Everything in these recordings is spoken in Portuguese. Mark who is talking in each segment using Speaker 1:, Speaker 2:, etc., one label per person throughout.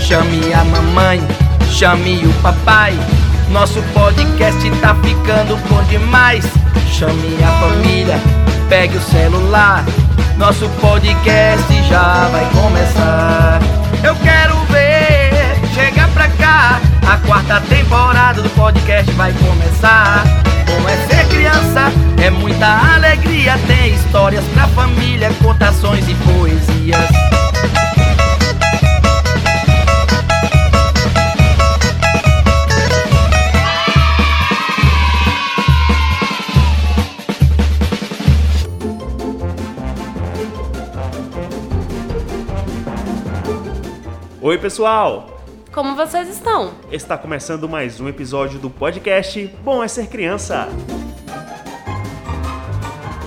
Speaker 1: Chame a mamãe, chame o papai. Nosso podcast tá ficando bom demais. Chame a família, pegue o celular. Nosso podcast já vai começar. Eu quero ver, chega pra cá. A quarta temporada do podcast vai começar. Bom é ser criança, é muita alegria. Tem histórias pra família, contações e poesias.
Speaker 2: Oi, pessoal!
Speaker 3: Como vocês estão?
Speaker 2: Está começando mais um episódio do podcast Bom é Ser Criança.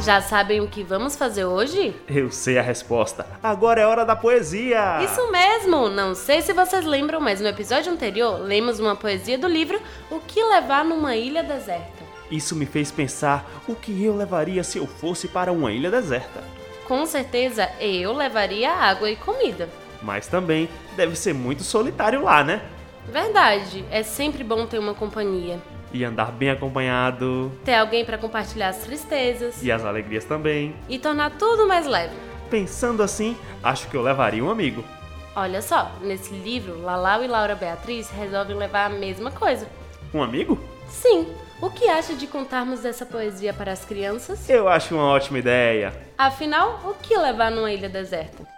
Speaker 3: Já sabem o que vamos fazer hoje?
Speaker 2: Eu sei a resposta. Agora é hora da poesia!
Speaker 3: Isso mesmo! Não sei se vocês lembram, mas no episódio anterior lemos uma poesia do livro O que levar numa ilha deserta.
Speaker 2: Isso me fez pensar o que eu levaria se eu fosse para uma ilha deserta.
Speaker 3: Com certeza eu levaria água e comida.
Speaker 2: Mas também deve ser muito solitário lá, né?
Speaker 3: Verdade, é sempre bom ter uma companhia.
Speaker 2: E andar bem acompanhado.
Speaker 3: Ter alguém para compartilhar as tristezas
Speaker 2: E as alegrias também.
Speaker 3: e tornar tudo mais leve.
Speaker 2: Pensando assim, acho que eu levaria um amigo.
Speaker 3: Olha só, nesse livro, Lalau e Laura Beatriz resolvem levar a mesma coisa.
Speaker 2: Um amigo?
Speaker 3: Sim, o que acha de contarmos essa poesia para as crianças?
Speaker 2: Eu acho uma ótima ideia.
Speaker 3: Afinal, o que levar numa ilha deserta?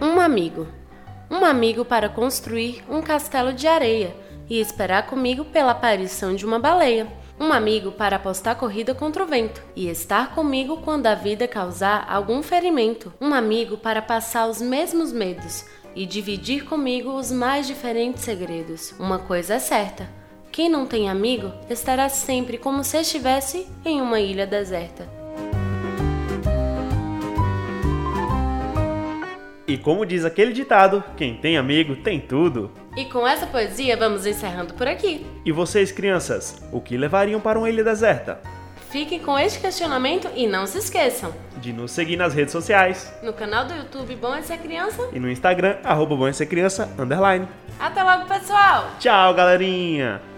Speaker 3: Um amigo. Um amigo para construir um castelo de areia e esperar comigo pela aparição de uma baleia. Um amigo para apostar corrida contra o vento e estar comigo quando a vida causar algum ferimento. Um amigo para passar os mesmos medos e dividir comigo os mais diferentes segredos. Uma coisa é certa: quem não tem amigo estará sempre como se estivesse em uma ilha deserta.
Speaker 2: E como diz aquele ditado, quem tem amigo tem tudo.
Speaker 3: E com essa poesia vamos encerrando por aqui.
Speaker 2: E vocês, crianças, o que levariam para uma ilha deserta?
Speaker 3: Fiquem com este questionamento e não se esqueçam.
Speaker 2: de nos seguir nas redes sociais
Speaker 3: No canal do YouTube Bom Essa Criança.
Speaker 2: e no Instagram, arroba bom é ser criança, underline.
Speaker 3: Até logo, pessoal!
Speaker 2: Tchau, galerinha!